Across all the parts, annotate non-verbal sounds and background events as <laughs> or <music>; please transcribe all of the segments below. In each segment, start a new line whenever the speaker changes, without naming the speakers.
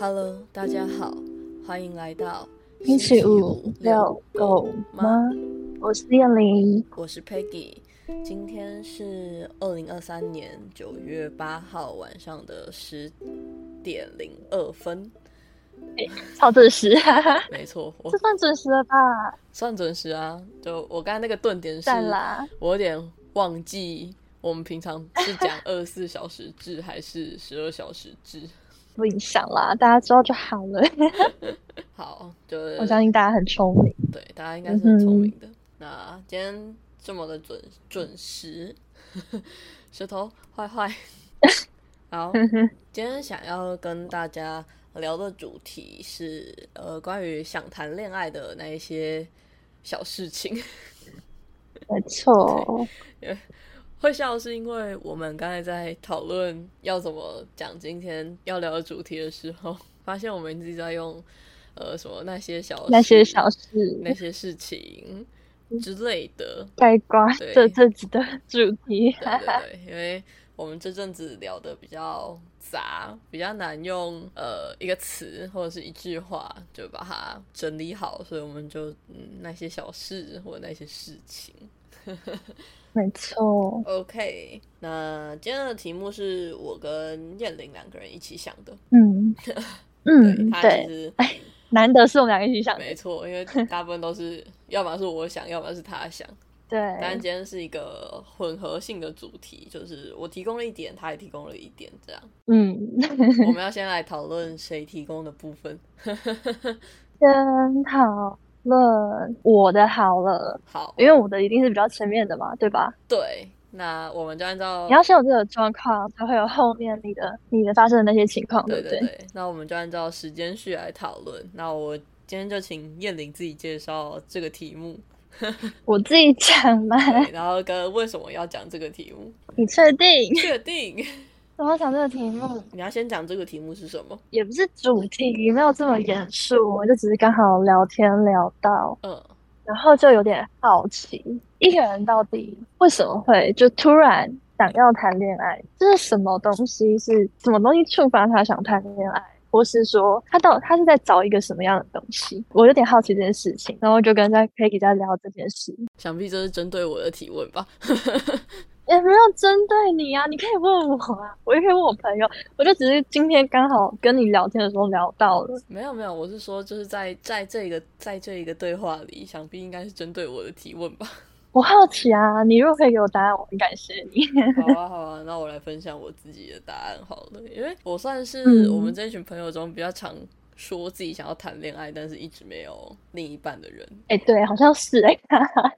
Hello，大家好，欢迎来到
星期五遛狗吗？？我是燕玲，
我是 Peggy，今天是二零二三年九月八号晚上的十点零二分，
超准 <laughs> 时，这
没错，我
算准时了吧？
算准时啊。就我刚才那个顿点是，
赞啦！
我有点忘记我们平常是讲二十四小时制还是十二小时制。
不影响啦，大家知道就好 <laughs> 了。
好，就是
<laughs> 我相信大家很聪 <laughs> 明，
对，大家应
嗯
该是很聪明的。那今天这么的准准时， <laughs> 舌头坏
<laughs>
坏。好，
嗯
今天想要跟大家聊的主题是呃，关于想谈恋爱的那一些小事情。 <laughs>
没错，
会笑是因为我们刚才在讨论要怎么讲今天要聊的主题的时候，发现我们自己在用呃什么那些小
那些
事
小
那
事嗯
些事情之类的。
盖瓜
对
这阵子的主题，
对对对，因为我们这阵子聊的比较杂，比较难用呃一个词或者是一句话就把它整理好，所以我们就嗯那些小事或那些事情。
没错，
OK，那今天的题目是我跟燕玲两个人一起想的，
<laughs> 嗯嗯，
她其
对，
实
难得是我们两个一起想的，
没错，因为大部分都是要么是我想，要么是她想。当然
<laughs>
今
对，
天是一个混合性的主题，就是我提供了一点，她也提供了一点，这样。
嗯，
我们要先来讨论谁提供的部分。 <laughs>
先讨论我的好了，
好，
因为我的一定是比较前面的嘛，对吧？
对，那我们就按照
你要先有这个状况，才会有后面你的你的发生的那些情况，
对
不
对对，那我们就按照时间序来讨论。那我今天就请燕玲自己介绍这个题目，
我自己讲嘛， <laughs>
对然后跟为什么要讲这个题目。
你确定？ <laughs>
确定？ <laughs>
怎么想这个题目？
你要先讲这个题目是什么？
也不是主题，没有这么严肃，我就只是刚好聊天聊到，
嗯，
然后就有点好奇，一个人到底为什么会就突然想要谈恋爱？这是什么东西是？什么东西触发他想谈恋爱？或是说他到他是在找一个什么样的东西？我有点好奇这件事情，然后就跟在 Peggy 在聊这件事。
想必这是针对我的提问吧？ <laughs>
也没有针对你啊，你可以问我啊，我也可以问我朋友，我就只是今天刚好跟你聊天的时候聊到了，
没有没有，我是说就是在在这个在这一个对话里，想必应该是针对我的提问吧？
我好奇啊，你如果可以给我答案，我很感谢你。 <laughs>
<laughs> 好啊，好啊，那我来分享我自己的答案好了，因为我算是
嗯
我们这一群朋友中比较常说自己想要谈恋爱，但是一直没有另一半的人。
哎、对，好像是哎、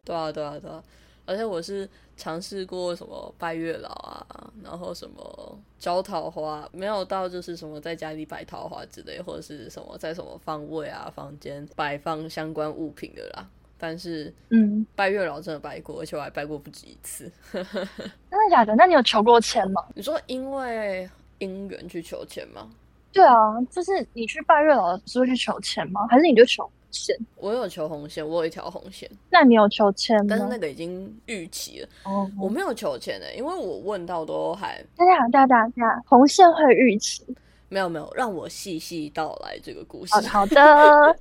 对啊，对啊，对啊，而且我是尝试过什么拜月老啊，然后什么招桃花，没有到就是什么在家里摆桃花之类，或者是什么在什么方位啊、房间摆放相关物品的啦。但是
嗯，
拜月老真的拜过，而且我还拜过不止一次。
真的假的？那你有求过签吗？
你说因为姻缘去求签吗？
对啊，就是你去拜月老，不是会去求签吗？还是你就求签？
我有求红线，我有一条红线，
那你有求签吗？
但是那个已经逾期了。
哦，
我没有求钱的、欸因为我问到都还
大家好，大家好，大家好，红线会逾期。
没有没有让我细细道来这个故事
好。好 <laughs> 的，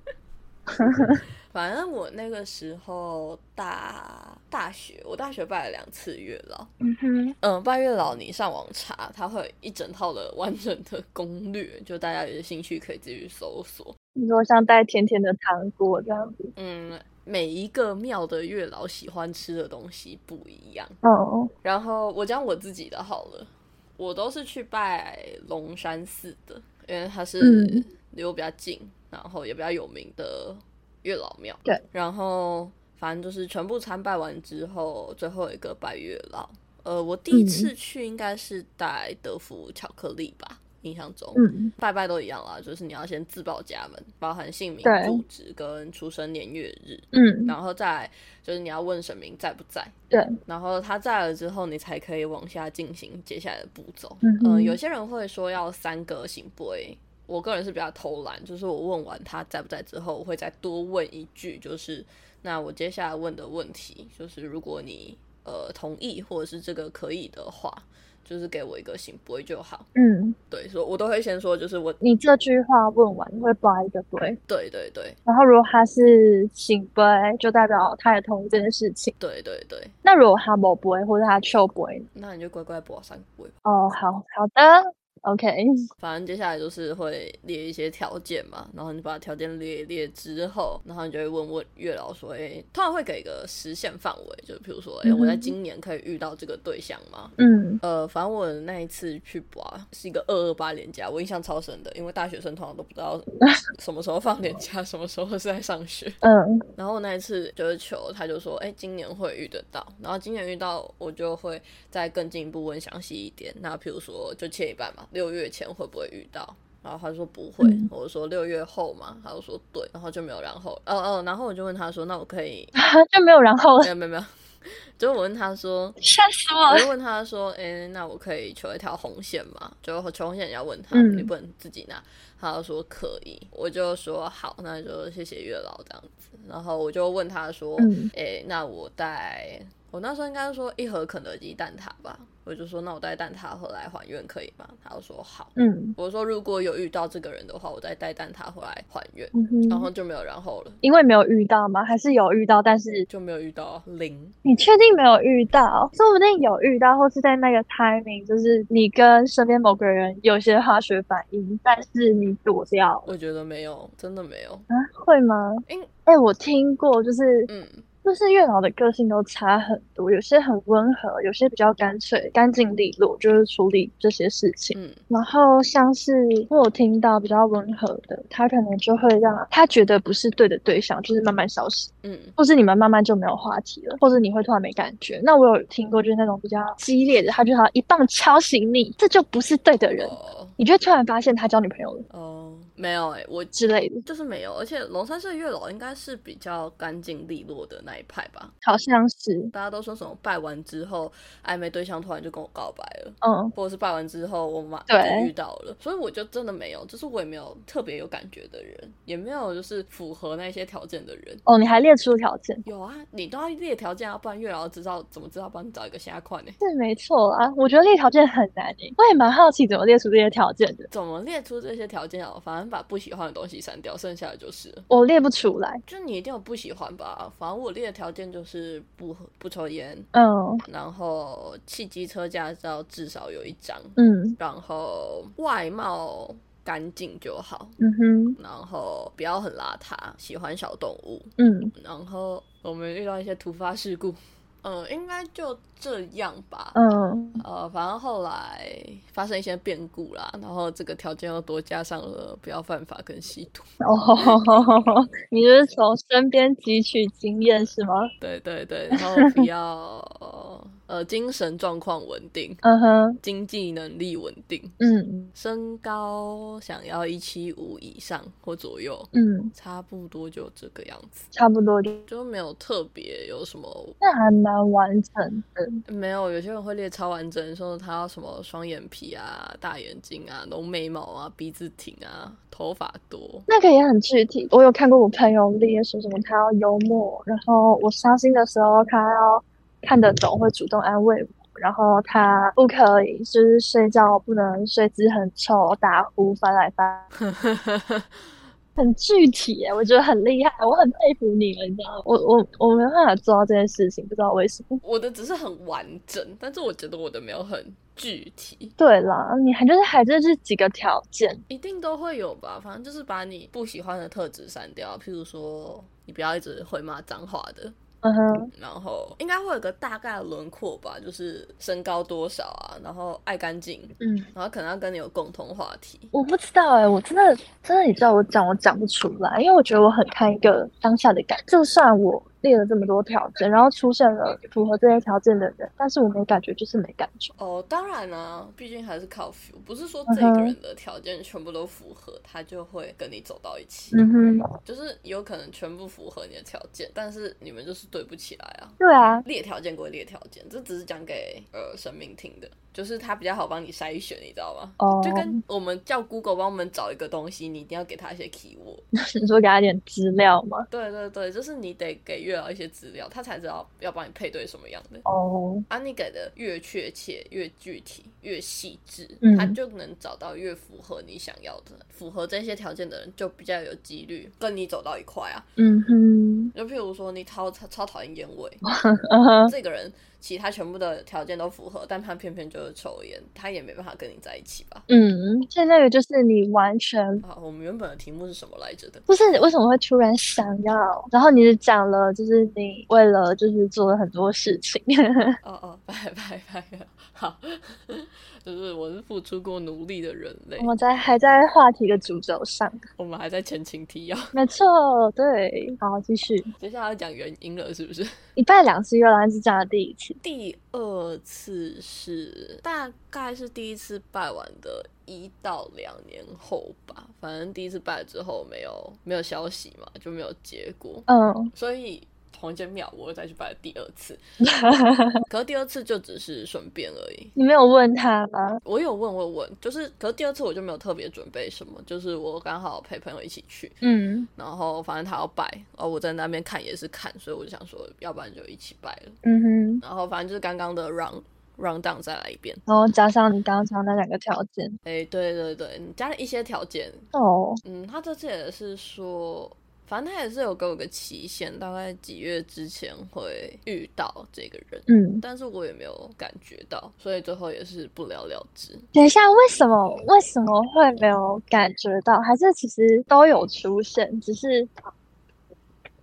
反正我那个时候大大学，我大学拜了两次月老。
嗯哼，
嗯，拜月老你上网查，它会有一整套的完整的攻略，就大家有兴趣可以自己去搜索。
你说像带甜甜的糖果这样子，
嗯，每一个庙的月老喜欢吃的东西不一样。
哦，
然后我讲我自己的好了，我都是去拜龙山寺的，因为它是
嗯
离我比较近，然后也比较有名的月老庙。
对，
然后反正就是全部参拜完之后，最后一个拜月老。呃，我第一
嗯
次去应该是带德芙巧克力吧，印象中。
嗯，
拜拜都一样啦，就是你要先自报家门，包含姓名、
对
住址跟出生年月日，
嗯，
然后再来就是你要问神明在不在，
对，
然后他在了之后，你才可以往下进行接下来的步骤。
嗯哼
呃有些人会说要三个行不为，我个人是比较偷懒，就是我问完他在不在之后，我会再多问一句，就是那我接下来问的问题，就是如果你呃同意，或者是这个可以的话，就是给我一个行不会就好。
嗯，
对，所以我都会先说，就是我
你这句话问完会报一个对，
对对对
然后如果他是行杯，就代表他也同意这件事情。
对对对，
那如果他某杯或者他秋杯，
那你就乖乖播三个吧。
哦，好好的，OK，
反正接下来就是会列一些条件嘛，然后你把条件列一列之后，然后你就会问问月老说，哎、通常会给一个时限范围，就比如说，哎、
嗯
我在今年可以遇到这个对象吗？
<laughs> 嗯
呃，反正我那一次去拔是一个二二八连假，我印象超深的，因为大学生通常都不知道什么时候放连假，什么时候是在上学。
嗯 <laughs>
然后那一次就是求，他就说，哎、今年会遇得到。然后今年遇到，我就会再更进一步问详细一点。那比如说，就切一半嘛，六月前会不会遇到？然后他说不会，
嗯
我说六月后嘛，他就说对，然后就没有然后了。哦哦，然后我就问他说，那我可以？
就没有然后了
没，有没有没有，就是我问他说，
吓死我
我
了。
就问他说：“哎、那我可以求一条红线吗？就求红线也要问他，
嗯
你不能自己拿。”他就说可以，我就说好，那就谢谢月老这样子。然后我就问他说：“哎、
嗯
那我带我那时候应该说一盒肯德基蛋挞吧？”我就说：“那我带蛋挞回来还愿可以吗？”他就说好。
嗯
我说：“如果有遇到这个人的话，我再带蛋挞回来还愿。”
嗯哼，
然后就没有然后了，
因为没有遇到吗？还是有遇到，但是
就没有遇到啊零。
你确定没有遇到？说不定有遇到，或是在那个 timing，就是你跟身边某个人有些化学反应，但是你躲掉了
我觉得没有，真的没有。
啊？会吗？
因
哎、我听过，就是
嗯，
就是月老的个性都差很多，有些很温和，有些比较干脆、干净利落，就是处理这些事情。
嗯
然后像是我有听到比较温和的，他可能就会让他觉得不是对的对象，就是慢慢消失。
嗯
或是你们慢慢就没有话题了，或者你会突然没感觉。那我有听过，就是那种比较激烈的，他就要一棒敲醒你，这就不是对的人，
哦
你就会突然发现他交女朋友了
哦，没有哎、我
之类的，
就是没有，而且龙山寺月老应该是比较干净利落的那一派吧。
好像是，
大家都说什么拜完之后暧昧对象突然就跟我告白了，
嗯
或者是拜完之后我马
对
就遇到了，所以我就真的没有，就是我也没有特别有感觉的人，也没有就是符合那些条件的人。
哦，你还列出条件，
有啊，你都要列条件啊，不然月老知道怎么知道帮你找一个瞎款呢、
是没错啦。我觉得列条件很难诶，我也蛮好奇怎么列出这些条件的，
怎么列出这些条件啊？反正把不喜欢的东西删掉，剩下的就是了
我列不出来。
就你一定有不喜欢吧？反正我列的条件就是不喝不抽烟，
嗯
然后汽机车驾照至少有一张，
嗯
然后外貌干净就好，
嗯哼
然后不要很邋遢，喜欢小动物，
嗯
然后我们遇到一些突发事故，嗯，应该就这样吧。
嗯，
呃，反正后来发生一些变故啦，然后这个条件又多加上了不要犯法跟吸毒。
哦， <laughs> 你就是从身边汲取经验是吗？
对对对，然后比较呃精神状况稳定，
嗯哼，
经济能力稳定，
嗯
身高想要一七五以上或左右，
嗯，
差不多就这个样子，
差不多就。
就没有特别有什么。
那还蛮完整的，
没有，有些人会列超完整，说他要什么双眼皮啊、大眼睛啊、浓眉毛啊、鼻子挺啊、头发多。 <laughs>
那个也很具体。我有看过我朋友列说什么他要幽默，然后我伤心的时候他要看得懂，会主动安慰我。然后他不可以，就是睡觉不能睡姿很丑，打呼翻来翻，很具体耶，我觉得很厉害，我很佩服你们，你知道吗？我我我没办法做到这件事情，不知道为什么。
我的只是很完整，但是我觉得我的没有很具体，
对啦，你还就是还就是几个条件，
一定都会有吧。反正就是把你不喜欢的特质删掉，譬如说你不要一直会骂脏话的，
嗯哼，
然后应该会有个大概的轮廓吧，就是身高多少啊，然后爱干净，
嗯。
然后可能要跟你有共同话题。
我不知道哎、我真的真的，你叫我讲，我讲不出来，因为我觉得我很看一个当下的感觉。就算我列了这么多条件，然后出现了符合这些条件的人，但是我没感觉，就是没感觉。
哦，当然啊，毕竟还是靠 feel，不是说
嗯
这个
哼
人的条件全部都符合，他就会跟你走到一起。
嗯哼，
就是有可能全部符合你的条件，但是你们就是对不起来啊。
对啊，
列条件归列条件，这只是讲给呃神明听的，就是它比较好帮你筛选，你知道吗？
哦，
就跟我们叫 Google 帮我们找一个东西，你一定要给它一些 keyword。
你说给他点资料吗？
对对对，就是你得给月老一些资料，他才知道要帮你配对什么样的。
哦，
啊，你给的越确切、越具体、越细致，
嗯
他就能找到越符合你想要的、符合这些条件的人，就比较有几率跟你走到一块啊。
嗯哼，
就譬如说，你超超超讨厌烟味，
嗯哼，
这个人其他全部的条件都符合，但他偏偏就是抽烟，他也没办法跟你在一起吧？
嗯，现在那个就是你完全
啊，我们原本的题目是什么来着的？
不是你为什么会突然想要，然后你只讲了，就是你为了就是做了很多事情，
哦哦， <laughs> 拜拜拜，好， <laughs> 就是我是付出过努力的人类
哦我，们在还在话题的主轴上，
我们还在前情提要，
没错，对，好，继续，
接下来要讲原因了，是不是？
一拜两次月亮只讲了第一次，
第二次是大概是第一次拜完的一到两年后吧，反正第一次拜了之后没有没有消息嘛，就没有结果，
嗯，
所以同一间庙我又再去拜了第二次，可是第二次就只是顺便而已。
你没有问他吗？
我有问，我有问，就是可是第二次我就没有特别准备什么，就是我刚好陪朋友一起去，
嗯
然后反正他要拜，哦，我在那边看也是看，所以我就想说，要不然就一起拜了。
嗯哼，
然后反正就是刚刚的 round round down 再来一遍。
然后加上你刚刚讲的那两个条件，
哎，对对对，你加了一些条件。
哦，
嗯，他这次也是说，反正他也是有给我个期限，大概几月之前会遇到这个人，
嗯，
但是我也没有感觉到，所以最后也是不了了之。
等一下，为什么为什么会没有感觉到？还是其实都有出现，只是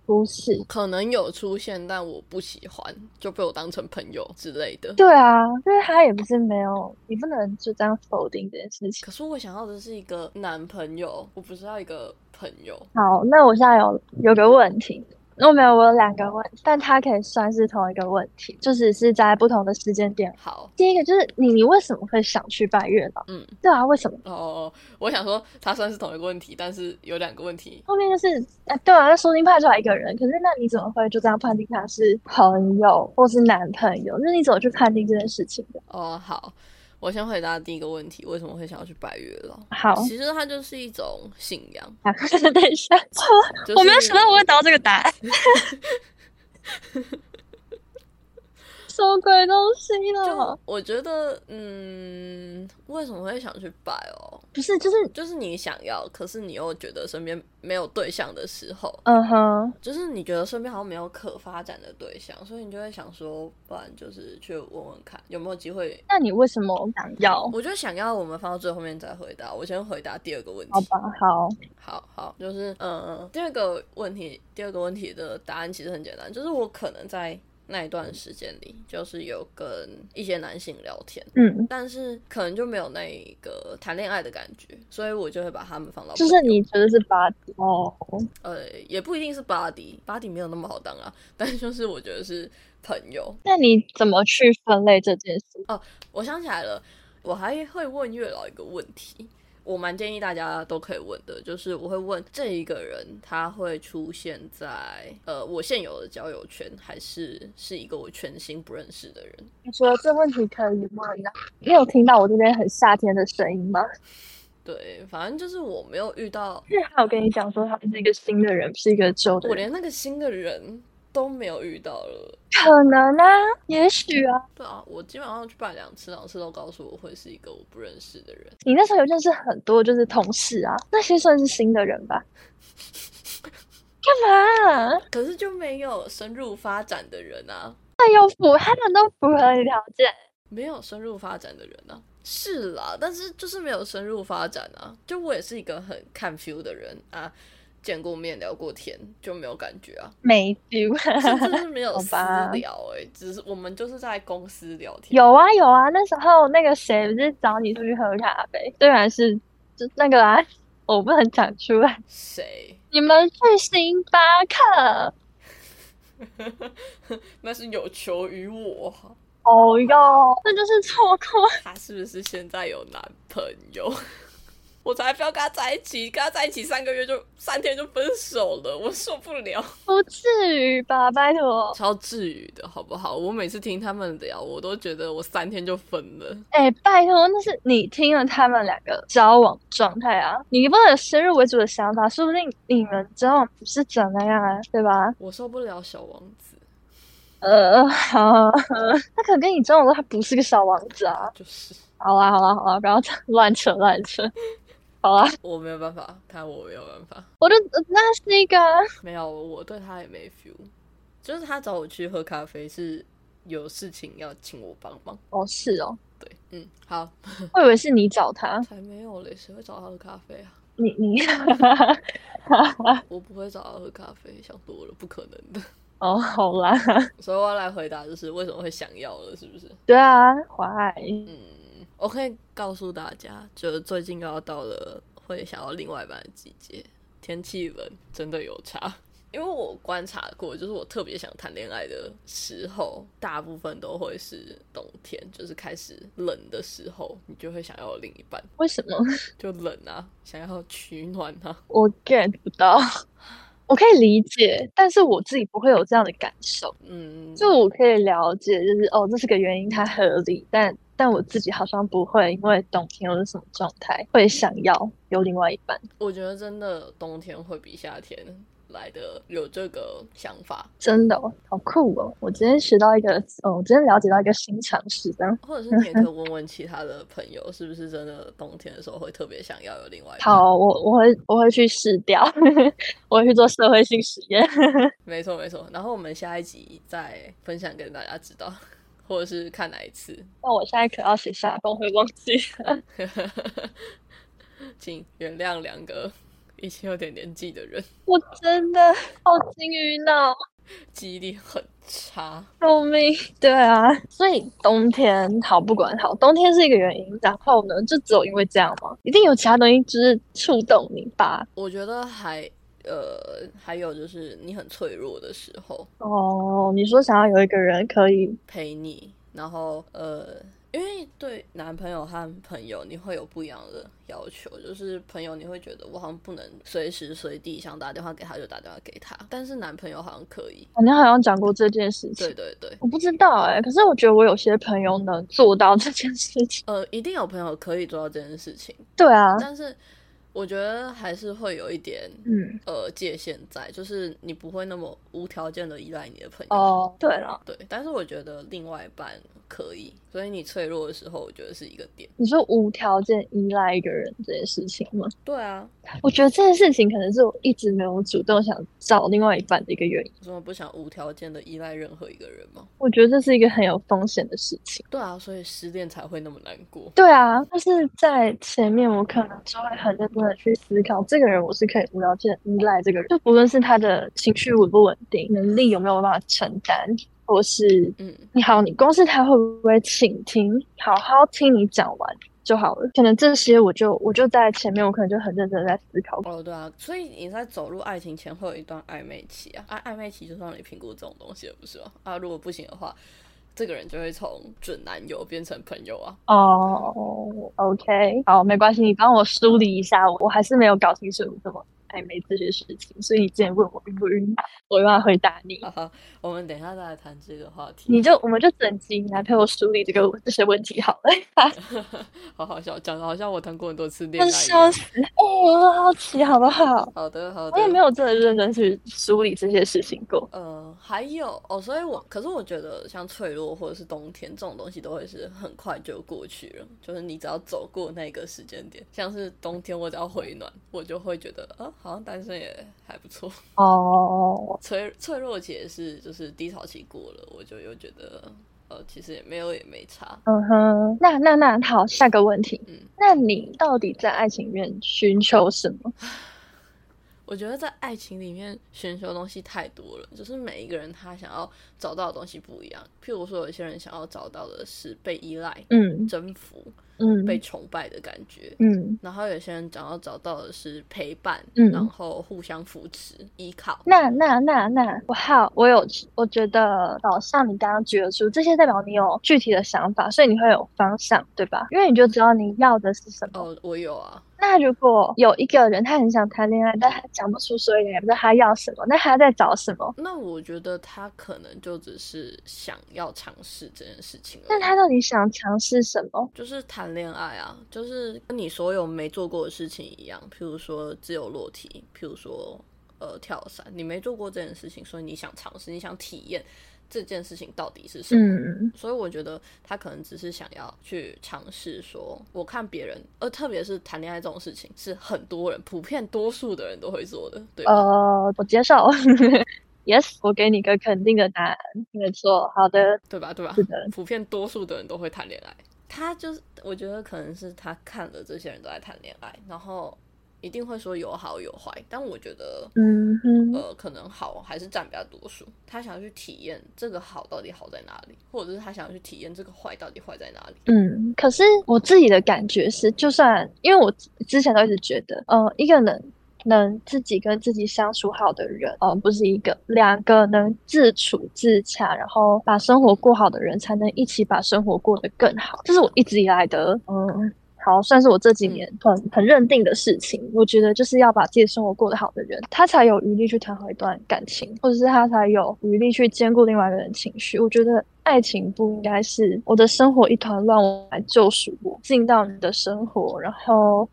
不是？
可能有出现，但我不喜欢，就被我当成朋友之类的。
对啊，因为他也不是没有，你不能就这样否定这件事情。
可是我想要的是一个男朋友，我不是要一个朋友。
好，那我现在有有个问题，我没有，我有两个问题，但它可以算是同一个问题，就只是在不同的时间点。
好，
第一个就是你，你为什么会想去拜月老？
嗯，
对啊，为什么？
哦，我想说他算是同一个问题，但是有两个问题。
后面就是，哎、对啊，那说不定派出来一个人，可是那你怎么会就这样判定他是朋友或是男朋友？那你怎么去判定这件事情的？
哦，好，我先回答第一个问题，为什么会想要去拜月老？
好，
其实它就是一种信仰，
啊 <laughs> 等一下， <laughs>
就是、
我没有想到我会得到这个答
<laughs>
案，什么鬼东西呢
就？我觉得，嗯，为什么会想去拜哦？
不是，就是，
就是你想要，可是你又觉得身边没有对象的时候，
嗯哼，
就是你觉得身边好像没有可发展的对象，所以你就会想说，不然就是去问问看有没有机会。
那你为什么想要？
我觉得想要我们放到最后面再回答，我先回答第二个问题。
好吧，好，
好好，就是嗯，第二个问题，第二个问题的答案其实很简单，就是我可能在那一段时间里，就是有跟一些男性聊天，
嗯，
但是可能就没有那一个谈恋爱的感觉，所以我就会把他们放到
就是你觉得是八哦，
呃，也不一定是 body，body 没有那么好当啊，但是就是我觉得是朋友。
那你怎么去分类这件事？
我想起来了，我还会问月老一个问题，我蛮建议大家都可以问的，就是我会问这一个人他会出现在呃我现有的交友圈，还是是一个我全新不认识的人？
你觉得这问题可以问的？你有听到我这边很夏天的声音吗？
对，反正就是我没有遇到，
因为他有跟你讲说他是一个新的人，不是一个旧的
我
人，
连那个新的人都没有遇到了。
可能啊，也许啊。
对啊，我基本上去拜两次，两次都告诉我会是一个我不认识的人。
你那时候有认识很多就是同事啊，那些算是新的人吧？干嘛？
可是就没有深入发展的人啊，
那有符，他们都符合你条件。
没有深入发展的人啊。是啦，但是就是没有深入发展啊。就我也是一个很看 feel 的人啊，见过面聊过天就没有感觉
<laughs>
啊，
没 feel
甚至是没有
好
私
吧
聊哎、只是我们就是在公司聊天。
有啊有啊，那时候那个谁不是找你出去喝咖啡，虽然是就那个啊， <laughs> 我不能讲出来。
谁？ <laughs>
你们去星巴克
那是有求于我，
哦哟，这就是错过。
他是不是现在有男朋友？ <laughs> 我才不要跟他在一起，跟他在一起三个月就三天就分手了，我受不了，
不至于吧，拜托。
超治愈的好不好？我每次听他们聊，我都觉得我三天就分了。
哎、拜托，那是你听了他们两个交往状态啊，你不能有先入为主的想法，说不定你们交往不是长那样啊，对吧？
我受不了小王子，
呃， <laughs> 好，他可能跟你交往的时候他不是个小王子啊。
就是
好啦，好啦，好啦，不要这样乱扯乱扯。好啦，
我没有办法，他我没有办法，
我就呃那是一个啊
没有，我对他也没 feel。就是他找我去喝咖啡是有事情要请我帮忙，
哦，是哦，
对，嗯，好，
我以为是你找他，
才没有嘞，谁会找他喝咖啡啊？
你你， <laughs>
我不会找他喝咖啡，想多了，不可能的。
哦，好啦，
所以我要来回答，就是为什么会想要了，是不是？
对啊，why？
嗯，我可以告诉大家，就是最近又要到了会想要另外一半的季节，天气冷真的有差。因为我观察过，就是我特别想谈恋爱的时候，大部分都会是冬天，就是开始冷的时候，你就会想要有另一半，
为什么 <laughs>
就冷啊，想要取暖啊。
我 get 不到？我可以理解，但是我自己不会有这样的感受。
嗯，
就我可以了解，就是哦，这是个原因，它合理，但但我自己好像不会，因为冬天或者什么状态会想要有另外一半，
我觉得真的冬天会比夏天来的有这个想法，
真的、哦、好酷哦！我今天学到一个，哦，我今天了解到一个新常识，这样
或者是你也可以问问其他的朋友，是不是真的冬天的时候会特别想要有另外一半？
好，我我会我会去试掉， <laughs> 我会去做社会性实验。 <laughs>
没错没错。然后我们下一集再分享给大家知道， <laughs> 或者是看哪一次， <laughs>
那我现在可要写下，不然我会忘记。 <laughs>
请原谅两个已经有点年纪的人，
我真的好金鱼脑。
记忆力很差。
救命！对啊，所以冬天好不管好，冬天是一个原因，然后呢，就只有因为这样吗？一定有其他东西就是触动你吧？
我觉得还呃还有就是你很脆弱的时候
哦，你说想要有一个人可以，
陪你，然后呃。因为对男朋友和朋友，你会有不一样的要求。就是朋友，你会觉得我好像不能随时随地想打电话给他就打电话给他，但是男朋友好像可以。
你好像讲过这件事情，
对对对，
我不知道哎、可是我觉得我有些朋友能做到这件事情。 <laughs>
呃，一定有朋友可以做到这件事情，
对啊，
但是我觉得还是会有一点
嗯，
呃界限在，就是你不会那么无条件的依赖你的朋友。
哦，对了，
对，但是我觉得另外一半可以，所以你脆弱的时候，我觉得是一个点。
你说无条件依赖一个人这件事情吗？
对啊，
我觉得这件事情可能是我一直没有主动想找另外一半的一个原因。
为什么不想无条件的依赖任何一个人吗？
我觉得这是一个很有风险的事情。
对啊，所以失恋才会那么难过。
对啊，但是在前面我可能就会很认真的去思考，这个人我是可以无条件依赖这个人，就不论是他的情绪稳不稳定，能力有没有办法承担，或是
嗯，
你好，你光是他会不会倾听，好好听你讲完就好了。可能这些我就我就在前面，我可能就很认真地在思考。
哦，对啊，所以你在走入爱情前会有一段暧昧期啊，啊，暧昧期就是让你评估这种东西的，不是吗？啊，如果不行的话，这个人就会从准男友变成朋友啊。
哦，OK，好，没关系，你帮我梳理一下，我我还是没有搞清楚怎么暧昧这些事情，所以你之前问我晕不晕，我没办法回答你。
啊哈哈，我们等一下再来谈这个话题。
你就我们就整集你来陪我梳理这个这些问题好了，
好好笑，讲的好像我谈过很多次恋爱
真
一
<laughs> 笑
样。
死！哎、我好奇好不好？
好的，好的。
我也没有真的认真去梳理这些事情过。
呃，还有哦，所以我可是我觉得像脆弱或者是冬天这种东西都会是很快就过去了，就是你只要走过那个时间点，像是冬天我只要回暖，我就会觉得啊、好像单身也还不错。
哦，
脆脆弱期也是就是低潮期过了，我就又觉得呃其实也没有也没差。
嗯哼，那那那好，下个问题，
嗯
那你到底在爱情里面寻求什么？
我觉得在爱情里面寻求的东西太多了，就是每一个人他想要找到的东西不一样。譬如说，有些人想要找到的是被依赖、
嗯
征服、
嗯
被崇拜的感觉。
嗯，
然后有些人想要找到的是陪伴，
嗯
然后互相扶持、依靠。
那那那那，我好，我有，我觉得好像你刚刚举得出这些，代表你有具体的想法，所以你会有方向，对吧？因为你就知道你要的是什么。
哦，我有啊，
那如果有一个人他很想谈恋爱，但他讲不出所以然，也不知道他要什么，那他在找什么？
那我觉得他可能就只是想要尝试这件事情而已。
那他到底想尝试什么？
就是谈恋爱啊，就是跟你所有没做过的事情一样，譬如说自由落体，譬如说呃跳伞，你没做过这件事情，所以你想尝试，你想体验这件事情到底是什么。
嗯
所以我觉得他可能只是想要去尝试说，我看别人，呃，特别是谈恋爱这种事情，是很多人普遍多数的人都会做的，对吧？
呃，我接受 <laughs> ，yes，我给你一个肯定的答案，没错，好的，
对吧？对吧？
是的，
普遍多数的人都会谈恋爱。他就是，我觉得可能是他看了这些人都在谈恋爱，然后一定会说有好有坏，但我觉得，
嗯哼，
呃，可能好还是占比较多数。他想要去体验这个好到底好在哪里，或者是他想要去体验这个坏到底坏在哪里。
嗯，可是我自己的感觉是，就算因为我之前都一直觉得，呃，一个人能自己跟自己相处好的人，呃，不是一个，两个能自处自洽，然后把生活过好的人，才能一起把生活过得更好。这是我一直以来的，嗯。好，算是我这几年很很认定的事情。我觉得就是要把自己的生活过得好的人，他才有余力去谈好一段感情，或者是他才有余力去兼顾另外一个人的情绪。我觉得爱情不应该是我的生活一团乱，我来救赎我，进到你的生活，然后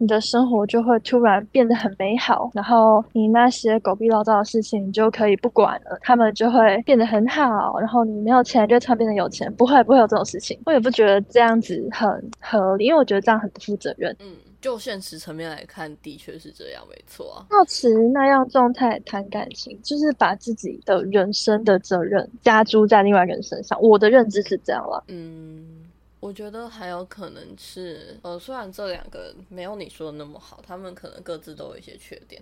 你的生活就会突然变得很美好，然后你那些狗屁唠叨的事情你就可以不管了，他们就会变得很好，然后你没有钱就突然变得有钱，不会不会有这种事情，我也不觉得这样子很合理，因为我觉得这样很不负责任。
嗯，就现实层面来看，的确是这样，没错啊。
保持那样状态谈感情，就是把自己的人生的责任加诸在另外一个人身上，我的认知是这样了。
嗯，我觉得还有可能是，呃，虽然这两个没有你说的那么好，他们可能各自都有一些缺点，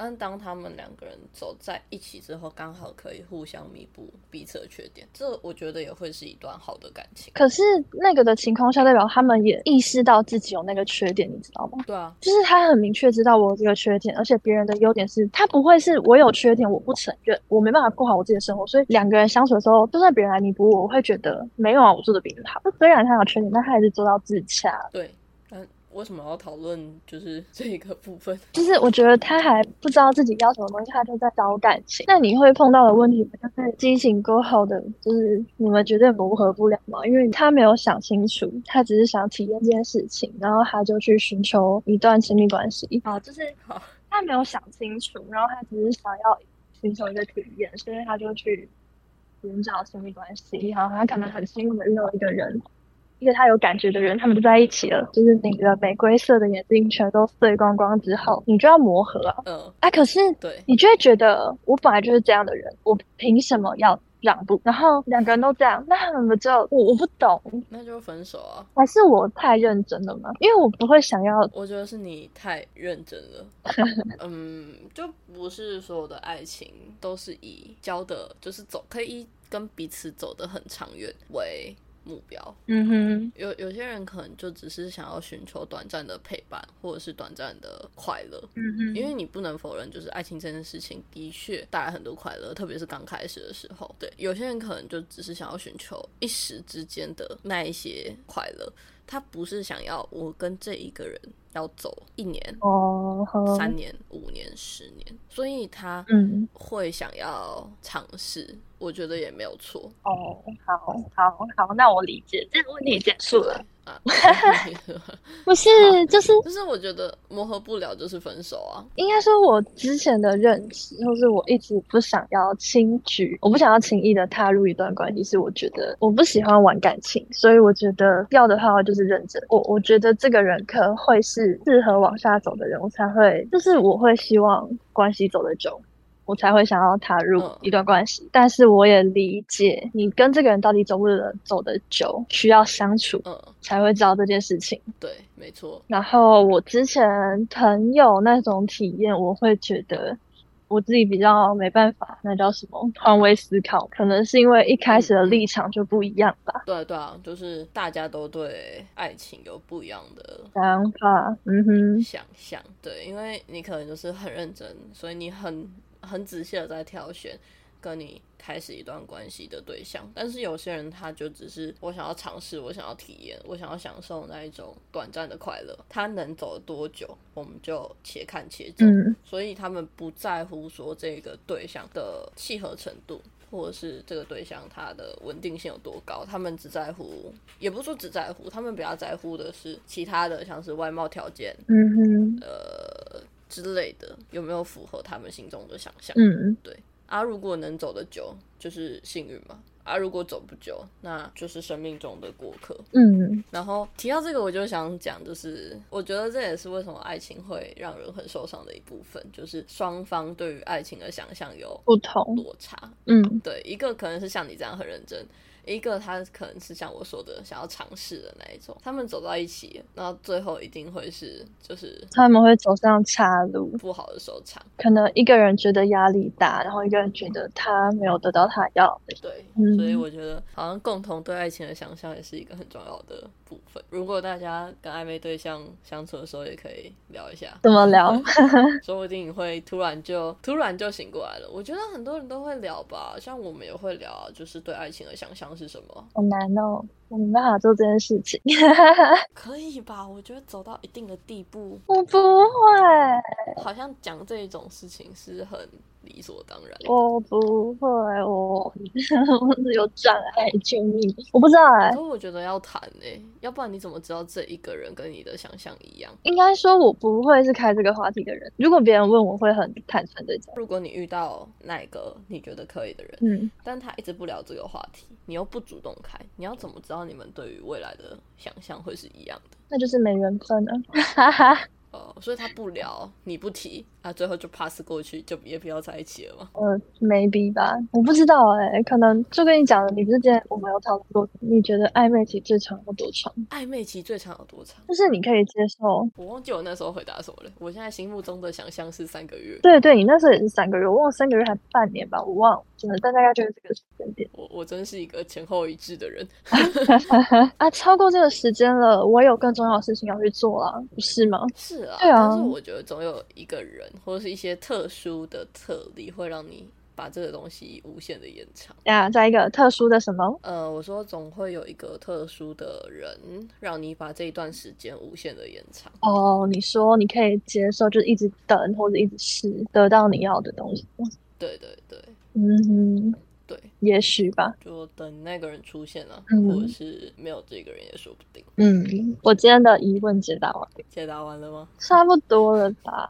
但当他们两个人走在一起之后，刚好可以互相弥补彼此的缺点，这我觉得也会是一段好的感情。
可是那个的情况下，代表他们也意识到自己有那个缺点，你知道吗？
对啊，
就是他很明确知道我有这个缺点，而且别人的优点是他不会是我有缺点我不承认，我没办法过好我自己的生活，所以两个人相处的时候，就算别人来弥补我，我会觉得没有啊，我做的比你好。虽然他有缺点，但他还是做到自洽。
对，但为什么要讨论就是这个部分？ <laughs>
就是我觉得他还不知道自己要什么东西，他就在找感情。那你会碰到的问题就是激情过后的，就是你们绝对磨合不了嘛，因为他没有想清楚，他只是想体验这件事情，然后他就去寻求一段亲密关系。
哦
好，哦就是
好，
他没有想清楚，然后他只是想要寻求一个体验，所以他就去寻找亲密关系。然后他可能很幸运的遇到一个人，一个他有感觉的人，他们就在一起了。就是你的玫瑰色的眼睛全都碎光光之后，你就要磨合啊！
呃，
啊，可是
对，
你就会觉得我本来就是这样的人，我凭什么要让步？然后两个人都这样，那他们就我我不懂，
那就分手啊！
还是我太认真了吗？因为我不会想要，
我觉得是你太认真了。嗯，就不是所有的爱情都是以交的，就是走可以跟彼此走得很长远为目标。
嗯哼，
有有些人可能就只是想要寻求短暂的陪伴，或者是短暂的快乐。
嗯哼
因为你不能否认，就是爱情这件事情的确带来很多快乐，特别是刚开始的时候。对，有些人可能就只是想要寻求一时之间的那一些快乐，他不是想要我跟这一个人要走一年、
哦，呵
三年、五年、十年，所以他
嗯。
会想要尝试，我觉得也没有错。
哦，好，好，好，那我理解，这个问题结束了。 <laughs>
啊， <laughs>
不是，就是
就是我觉得磨合不了就是分手啊，
应该说，我之前的认知，或是我一直不想要轻举，我不想要轻易的踏入一段关系，是我觉得我不喜欢玩感情，所以我觉得要的话就是认真。我我觉得这个人可能会是适合往下走的人，我才会，就是我会希望关系走得久。我才会想要踏入
嗯
一段关系，但是我也理解你跟这个人到底走不得走得久，需要相处
嗯，
才会知道这件事情。
对，没错，
然后我之前朋友那种体验，我会觉得我自己比较没办法，那叫什么换位思考？可能是因为一开始的立场就不一样吧，
对啊对啊，就是大家都对爱情有不一样的
想法。嗯哼，
想象，对，因为你可能就是很认真，所以你很很仔细的在挑选跟你开始一段关系的对象，但是有些人他就只是我想要尝试，我想要体验，我想要享受那一种短暂的快乐。他能走多久，我们就且看且走。
嗯
所以他们不在乎说这个对象的契合程度，或者是这个对象它的稳定性有多高，他们只在乎，也不是说只在乎，他们比较在乎的是其他的，像是外貌条件
嗯哼，
呃之类的，有没有符合他们心中的想象。
嗯
啊，如果能走得久，就是幸运嘛。啊，如果走不久，那就是生命中的过客。
嗯
然后提到这个，我就想讲，就是我觉得这也是为什么爱情会让人很受伤的一部分，就是双方对于爱情的想象有
不同，
落差。
嗯
对，一个可能是像你这样很认真，一个他可能是像我说的想要尝试的那一种。他们走到一起，然后最后一定会是就是
他们会走上岔路，
不好的收场。
可能一个人觉得压力大，然后一个人觉得他没有得到他要的，
对，
嗯
所以我觉得好像共同对爱情的想象也是一个很重要的部分。如果大家跟暧昧对象相处的时候，也可以聊一下，
怎么聊？
说不定你会突然就突然就醒过来了。我觉得很多人都会聊吧，像我们也会聊啊，就是对爱情的想象是什么，
好难哦，我没办法做这件事情， <laughs>
可以吧？我觉得走到一定的地步，
我不会，
好像讲这一种事情是很理所当然。
我不会，我我有障碍，救命！我不知道哎、
可是我觉得要谈诶、要不然你怎么知道这一个人跟你的想象一样？
应该说我不会是开这个话题的人。如果别人问，我会很坦诚的讲。
如果你遇到那个你觉得可以的人，
嗯，
但他一直不聊这个话题，你又不主动开，你要怎么知道你们对于未来的想象会是一样的？
那就是没缘分了。哈哈，
哦，所以他不聊，你不提，啊，最后就 pass 过去，就也不要在一起了嘛。
呃，maybe 吧，我不知道哎、可能就跟你讲了，你不是之前我们有讨论过，你觉得暧昧期最长有多长？
暧昧期最长有多长？
就是你可以接受。
我忘记我那时候回答什么了。我现在心目中的想象是三个月，
对对，你那时候也是三个月，我忘了三个月还半年吧，我忘了，真的，但大概就是这个时间点。
我我真是一个前后一致的人。
啊，超过这个时间了，我有更重要的事情要去做啊，不是吗？
是啊，
对啊
但是我觉得总有一个人或者是一些特殊的特例，会让你把这个东西无限的延长。
呀，啊在一个特殊的什么？
呃，我说总会有一个特殊的人，让你把这一段时间无限的延长。
哦，你说你可以接受，就是一直等或者一直试，得到你要的东西。
对对对
嗯哼，
对，
也许吧。
就等那个人出现了、
嗯
或者是没有这个人也说不定。
嗯，我今天的疑问解答完，
解答完了吗？
差不多了吧？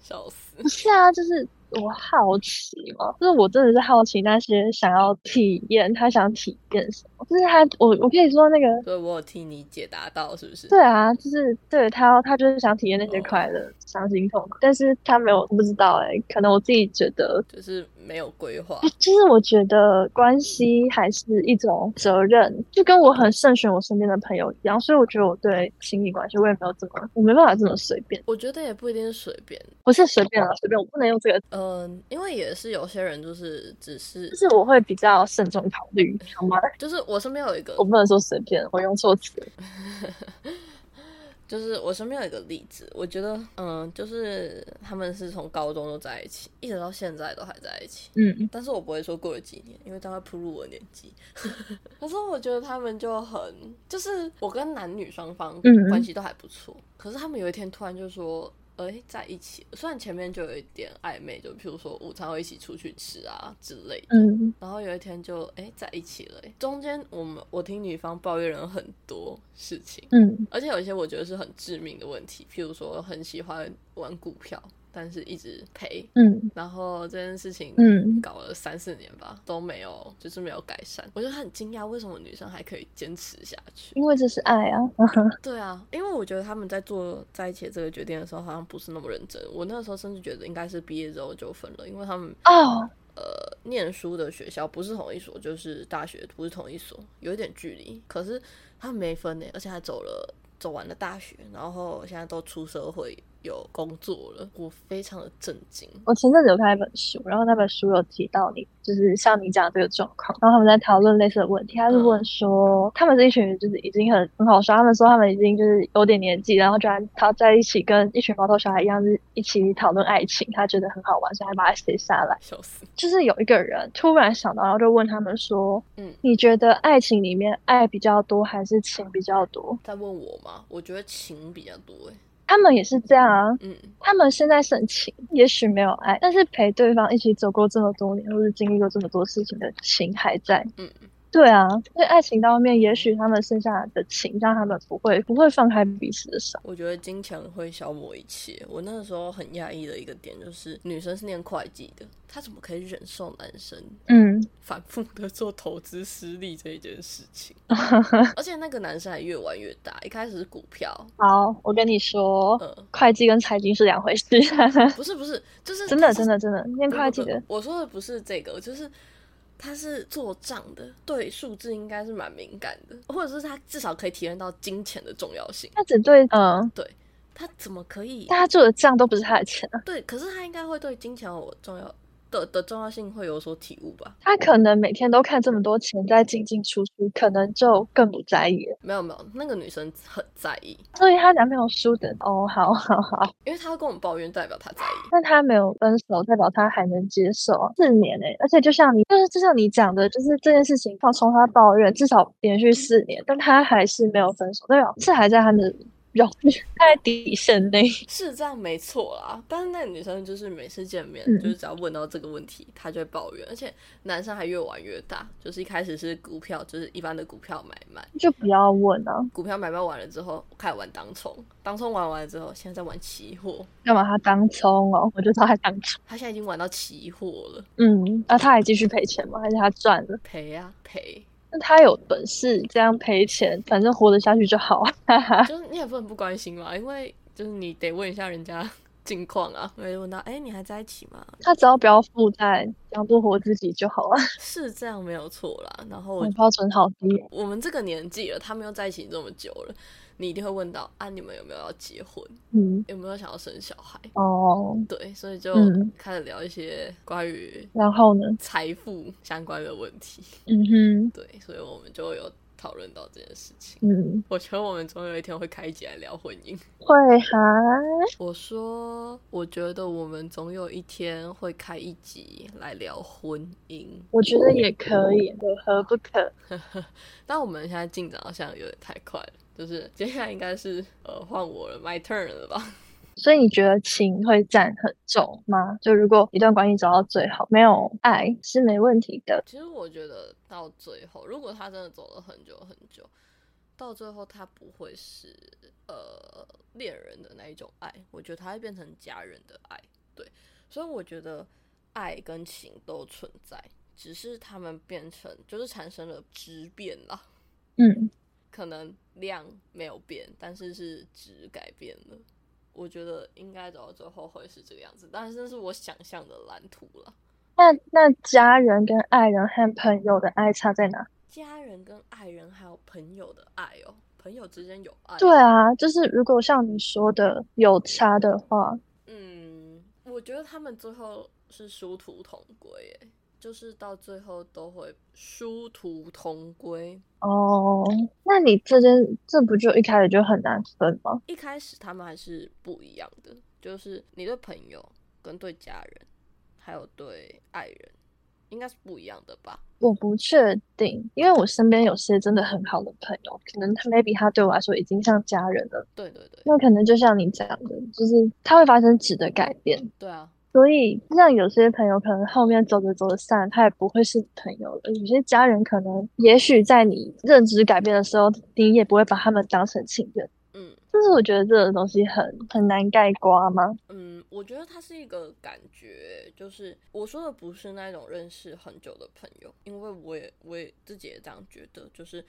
笑
<laughs>
死！
不是啊，就是我好奇嘛，就是我真的是好奇那些想要体验，他想体验什么？就是他，我我可以说那个。
所以我有替你解答到，是不是？
对啊，就是对他，他就是想体验那些快乐、伤心、痛苦，但是他没有，我不知道哎、可能我自己觉得，
就是没有规划。
就是我觉得关系还是一种责任，就跟我很慎选我身边的朋友一样，所以我觉得我对亲密关系我也没有这么，我没办法这么随便，
我觉得也不一定是随便，
不是随便啊，随便我不能用这个，
嗯、因为也是有些人就是只是
就是我会比较慎重考虑，好吗？
就是我身边有一个
我不能说随便，我用错词。
<laughs> 就是我身边有一个例子，我觉得，嗯，就是他们是从高中都在一起，一直到现在都还在一起。
嗯，
但是我不会说过了几年，因为大概步入我的年纪。 <laughs> 可是我觉得他们就很，就是我跟男女双方
嗯
关系都还不错，可是他们有一天突然就说。哎、在一起，虽然前面就有一点暧昧，就譬如说午餐会一起出去吃啊之类的，
嗯，
然后有一天就哎、在一起了、中间我们我听女方抱怨了很多事情，
嗯，
而且有一些我觉得是很致命的问题，譬如说很喜欢玩股票，但是一直赔，
嗯，
然后这件事情
嗯
搞了三四年吧，都没有就是没有改善，我就很惊讶为什么女生还可以坚持下去。
因为这是爱啊， <laughs>
对啊，因为我觉得他们在做在一起这个决定的时候好像不是那么认真，我那个时候甚至觉得应该是毕业之后就分了，因为他们
哦，
呃念书的学校不是同一所，就是大学不是同一所，有一点距离。可欸是他们没分呢，而且还走了走完了大学，然后现在都出社会有工作了，我非常的震惊。
我前阵子有看一本书，然后那本书有提到你，就是像你讲的这个状况，然后他们在讨论类似的问题。他是问说，他们是一群就是已经很很好说，他们说他们已经就是有点年纪，然后居然他在一起跟一群毛头小孩一样，就是一起讨论爱情，他觉得很好玩，所以还把它写下来。
笑死，
就是有一个人突然想到，然后就问他们说，
嗯，
你觉得爱情里面爱比较多还是情比较多？
在问我吗？我觉得情比较多哎、
他们也是这样啊，
嗯，
他们现在深情，也许没有爱，但是陪对方一起走过这么多年，或是经历过这么多事情的情还在。
嗯，
对啊，所以爱情到后面，也许他们剩下的情，让他们不会不会放开彼此的手。
我觉得金钱会消磨一切。我那个时候很讶异的一个点就是，女生是念会计的，她怎么可以忍受男生
嗯，
反复的做投资失利这一件事
<laughs>
情？而且那个男生还越玩越大，一开始是股票，
好，我跟你说，
呃，
会计跟财经是两回事。 <laughs>
不是不是，就是
真的，
他是
真的，真的，念会计
不
的
不，不我说的不是这个，就是他是做账的，对数字应该是蛮敏感的，或者是他至少可以体验到金钱的重要性。
他只对嗯，
他怎么可
<laughs>
以？
但他做的账都不是他的钱啊，
对，可是他应该会对金钱有重要的的重要性会有所体悟吧？
他可能每天都看这么多钱在进进出出，可能就更不在意了。
没有没有，那个女生很在意，
所以她男朋友输的哦，好好好。
因为她要跟我抱怨，代表她在意。
但他没有分手，代表他还能接受啊四年呢、而且就像你，就是就像你讲的，就是这件事情，他从他抱怨至少连续四年，但他还是没有分手，代表是还在他 <laughs> 的容忍，在底线内。
是这样没错啦，但是那个女生就是每次见面，
嗯
就是只要问到这个问题，她就会抱怨，而且男生还越玩越大，就是一开始是股票，就是一般的股票买卖，
<laughs> 就不要问啊，
股票买卖完了之后，开始玩当冲，当冲玩完了之后，现在在玩期货，
要把他当葱哦，我就知道他当葱。
他现在已经玩到期货了，
嗯，那、他还继续赔钱吗？还是他赚了？
赔啊赔，
那他有本事这样赔钱，反正活得下去就好啊。 <laughs>
就是你也不能不关心嘛，因为就是你得问一下人家 <laughs> 近况啊，没问到，哎、你还在一起吗？
他只要不要负债，这样做活自己就好了。啊
是这样没有错啦，然后我
<laughs> 我标准好低哦，
我们这个年纪了，他们又在一起这么久了，你一定会问到啊，你们有没有要结婚？
嗯，
有没有想要生小孩？
哦，
对，所以就
嗯
开始聊一些关于
然后呢？
财富相关的问题。
嗯哼。
对，所以我们就有讨论到这件事情。
嗯，
我觉得我们总有一天会开一集来聊婚姻。
会哈，
我说，我觉得我们总有一天会开一集来聊婚姻，
我觉得也可以，有何不可？
但我们现在进展好像有点太快了。就是接下来应该是呃换我了，my turn 了吧？
所以你觉得情会占很重吗？就如果一段关系走到最后，没有爱是没问题的。
其实我觉得到最后，如果他真的走了很久很久，到最后他不会是呃恋人的那一种爱，我觉得他会变成家人的爱。对，所以我觉得爱跟情都存在，只是他们变成就是产生了质变啦，
嗯，
可能量没有变，但是是质改变了。我觉得应该走到最后会是这个样子，但是这是我想象的蓝图了。
那那家人跟爱人和朋友的爱差在哪？
家人跟爱人还有朋友的爱哦，朋友之间有爱。
对，啊，就是如果像你说的有差的话，
嗯，我觉得他们最后是殊途同归，耶，就是到最后都会殊途同归。
哦，那你这件这不就一开始就很难分吗？
一开始他们还是不一样的，就是你对朋友跟对家人，还有对爱人，应该是不一样的吧？
我不确定，因为我身边有些真的很好的朋友，可能他 maybe 他对我来说已经像家人了。
对对对，
那可能就像你讲的，就是它会发生质的改变，
对啊，
所以像有些朋友可能后面走着走着散，他也不会是你朋友了。有些家人可能，也许在你认知改变的时候，你也不会把他们当成亲人。
嗯
就是我觉得这个东西很很难盖瓜嘛。
嗯，我觉得它是一个感觉，就是我说的不是那种认识很久的朋友，因为我也我也自己也这样觉得，就是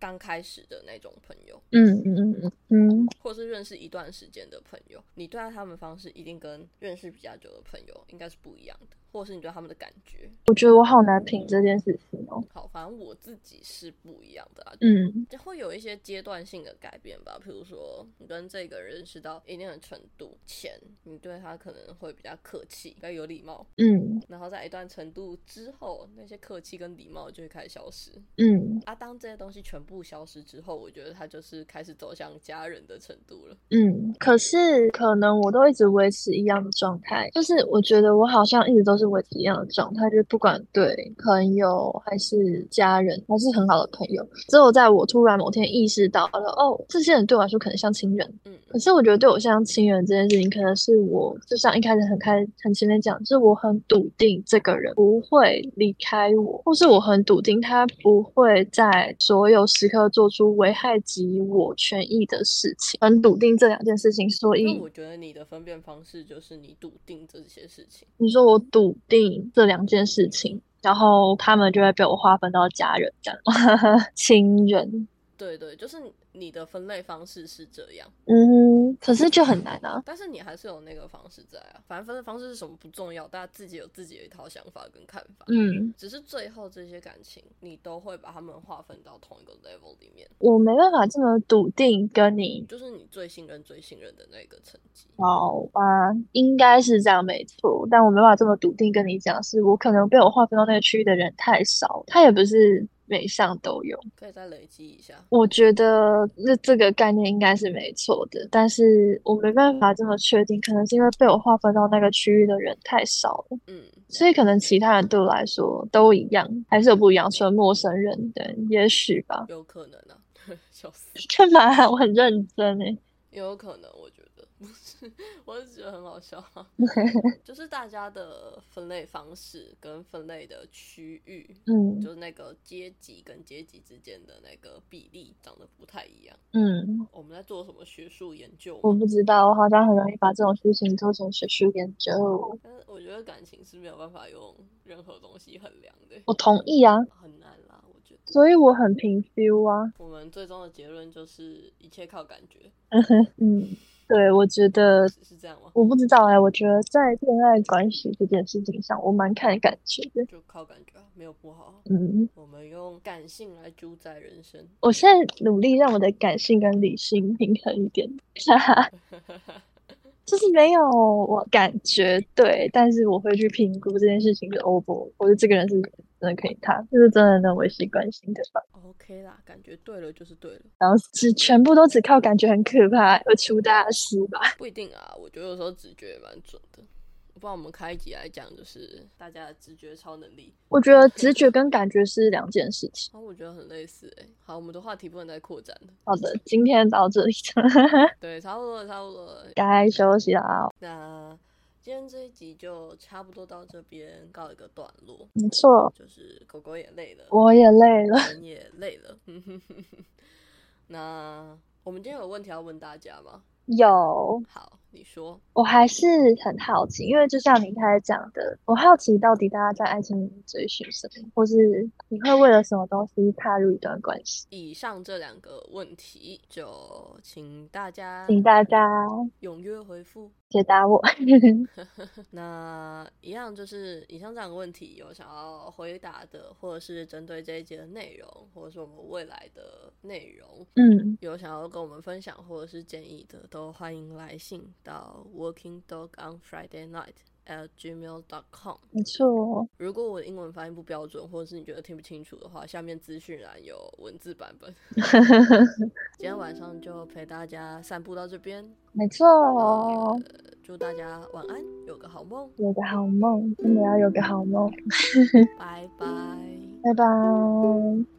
刚开始的那种朋友，
嗯嗯嗯嗯嗯，
或是认识一段时间的朋友，你对待他们方式一定跟认识比较久的朋友应该是不一样的。或是你对他们的感觉。
我觉得我好难评这件事情哦。
好，反正我自己是不一样的啦，
嗯
就会有一些阶段性的改变吧。譬如说，你跟这个人认识到一定的程度前，你对他可能会比较客气，比较有礼貌。
嗯
然后在一段程度之后，那些客气跟礼貌就会开始消失。
嗯
啊，当这些东西全部消失之后，我觉得他就是开始走向家人的程度了。
嗯。可是可能我都一直维持一样的状态，就是我觉得我好像一直都是维持一样的状态，就是不管对朋友还是家人，还是很好的朋友。只有在我突然某天意识到了，哦，这些人对我来说可能像亲人，
嗯
可是我觉得对我像亲人这件事情，可能是我就像一开始很开很前面讲，就是我很笃定这个人不会离开我，或是我很笃定他不会在所有时刻做出危害及我权益的事情，很笃定这两件事情。所
那
以
我觉得你的分辨方式就是你笃定这些事情。
你说我笃定这两件事情，然后他们就会被我划分到家人这样， <laughs> 亲人。
对对，就是你的分类方式是这样，
嗯，可是就很难啊。
但是你还是有那个方式在啊。反正分类方式是什么不重要，大家自己有自己的一套想法跟看法。
嗯，
只是最后这些感情，你都会把它们划分到同一个 level 里面，
我没办法这么笃定跟你
就是你最信任、最信任的那个层级。
好吧，应该是这样没错，但我没办法这么笃定跟你讲，是我可能被我划分到那个区域的人太少，他也不是每项都有。
可以再累积一下。
我觉得这这个概念应该是没错的，但是我没办法这么确定，可能是因为被我划分到那个区域的人太少了，
嗯，
所以可能其他人对我来说都一样，还是有不一样，除了陌生人对，也许吧。 <laughs>
有可能啊， <laughs> 笑死，
干嘛？我很认真欸诶。
也有可能，我觉得 <laughs> 不是，我是觉得很好笑啊、就是大家的分类方式跟分类的区域，
嗯
就是那个阶级跟阶级之间的那个比例长得不太一样。
嗯。
我们在做什么学术研究
我
吗？
不知道，我好像很容易把这种事情做成学术研究。
但是我觉得感情是没有办法用任何东西衡量的，
我同意啊，
很难啦。我觉得
所以我很凭 feel 啊。
我们最终的结论就是一切靠感觉，
嗯，对，我觉得
是是这样吗？
我不知道哎、我觉得在恋爱关系这件事情上，我蛮看感觉的。
就靠感觉啊，没有不好啊。
嗯，
我们用感性来主宰人生。
我现在努力让我的感性跟理性平衡一点，哈哈，就是没有我感觉对，但是我会去评估这件事情的 O 不，我觉得这个人是真的可以谈，就是真的能维系关心的吧。
<laughs> OK 啦，感觉对了就是对了，
然后只全部都只靠感觉很可怕，会出大事吧？
不一定啊。我觉得有时候直觉也蛮准的。不然我们开一集来讲，就是大家的直觉超能力，
我觉得直觉跟感觉是两件事情。
哦然后我觉得很类似哎、好，我们的话题不能再扩展了。
好的，今天到这里，
对，差不多了，差不多了。
<laughs> 该休息了。啊
那今天这一集就差不多到这边告一个段落。
没错，
就是狗狗也累了，
我也累了。
人也累了。 <laughs> 那我们今天有问题要问大家吗？
有，
好，你说。
我还是很好奇，因为就像你开始讲的，我好奇到底大家在爱情里追寻什么，或是你会为了什么东西踏入一段关系？
以上这两个问题，就请大家
请大家
踊跃回复。 <laughs>
解答我。 <laughs>
那一样就是以上这两个问题，有想要回答的，或者是针对这一节的内容，或者是我们未来的内容，
嗯，
有想要跟我们分享或者是建议的，都欢迎来信到 Working Dog on Friday Night at gmail.com。
没错，
如果我的英文发音不标准，或者是你觉得听不清楚的话，下面资讯栏有文字版本。今天晚上就陪大家散步到这边，
没错哦
呃。，祝大家晚安，有个好梦，
有个好梦，真的要有个好梦。
拜拜。
拜拜。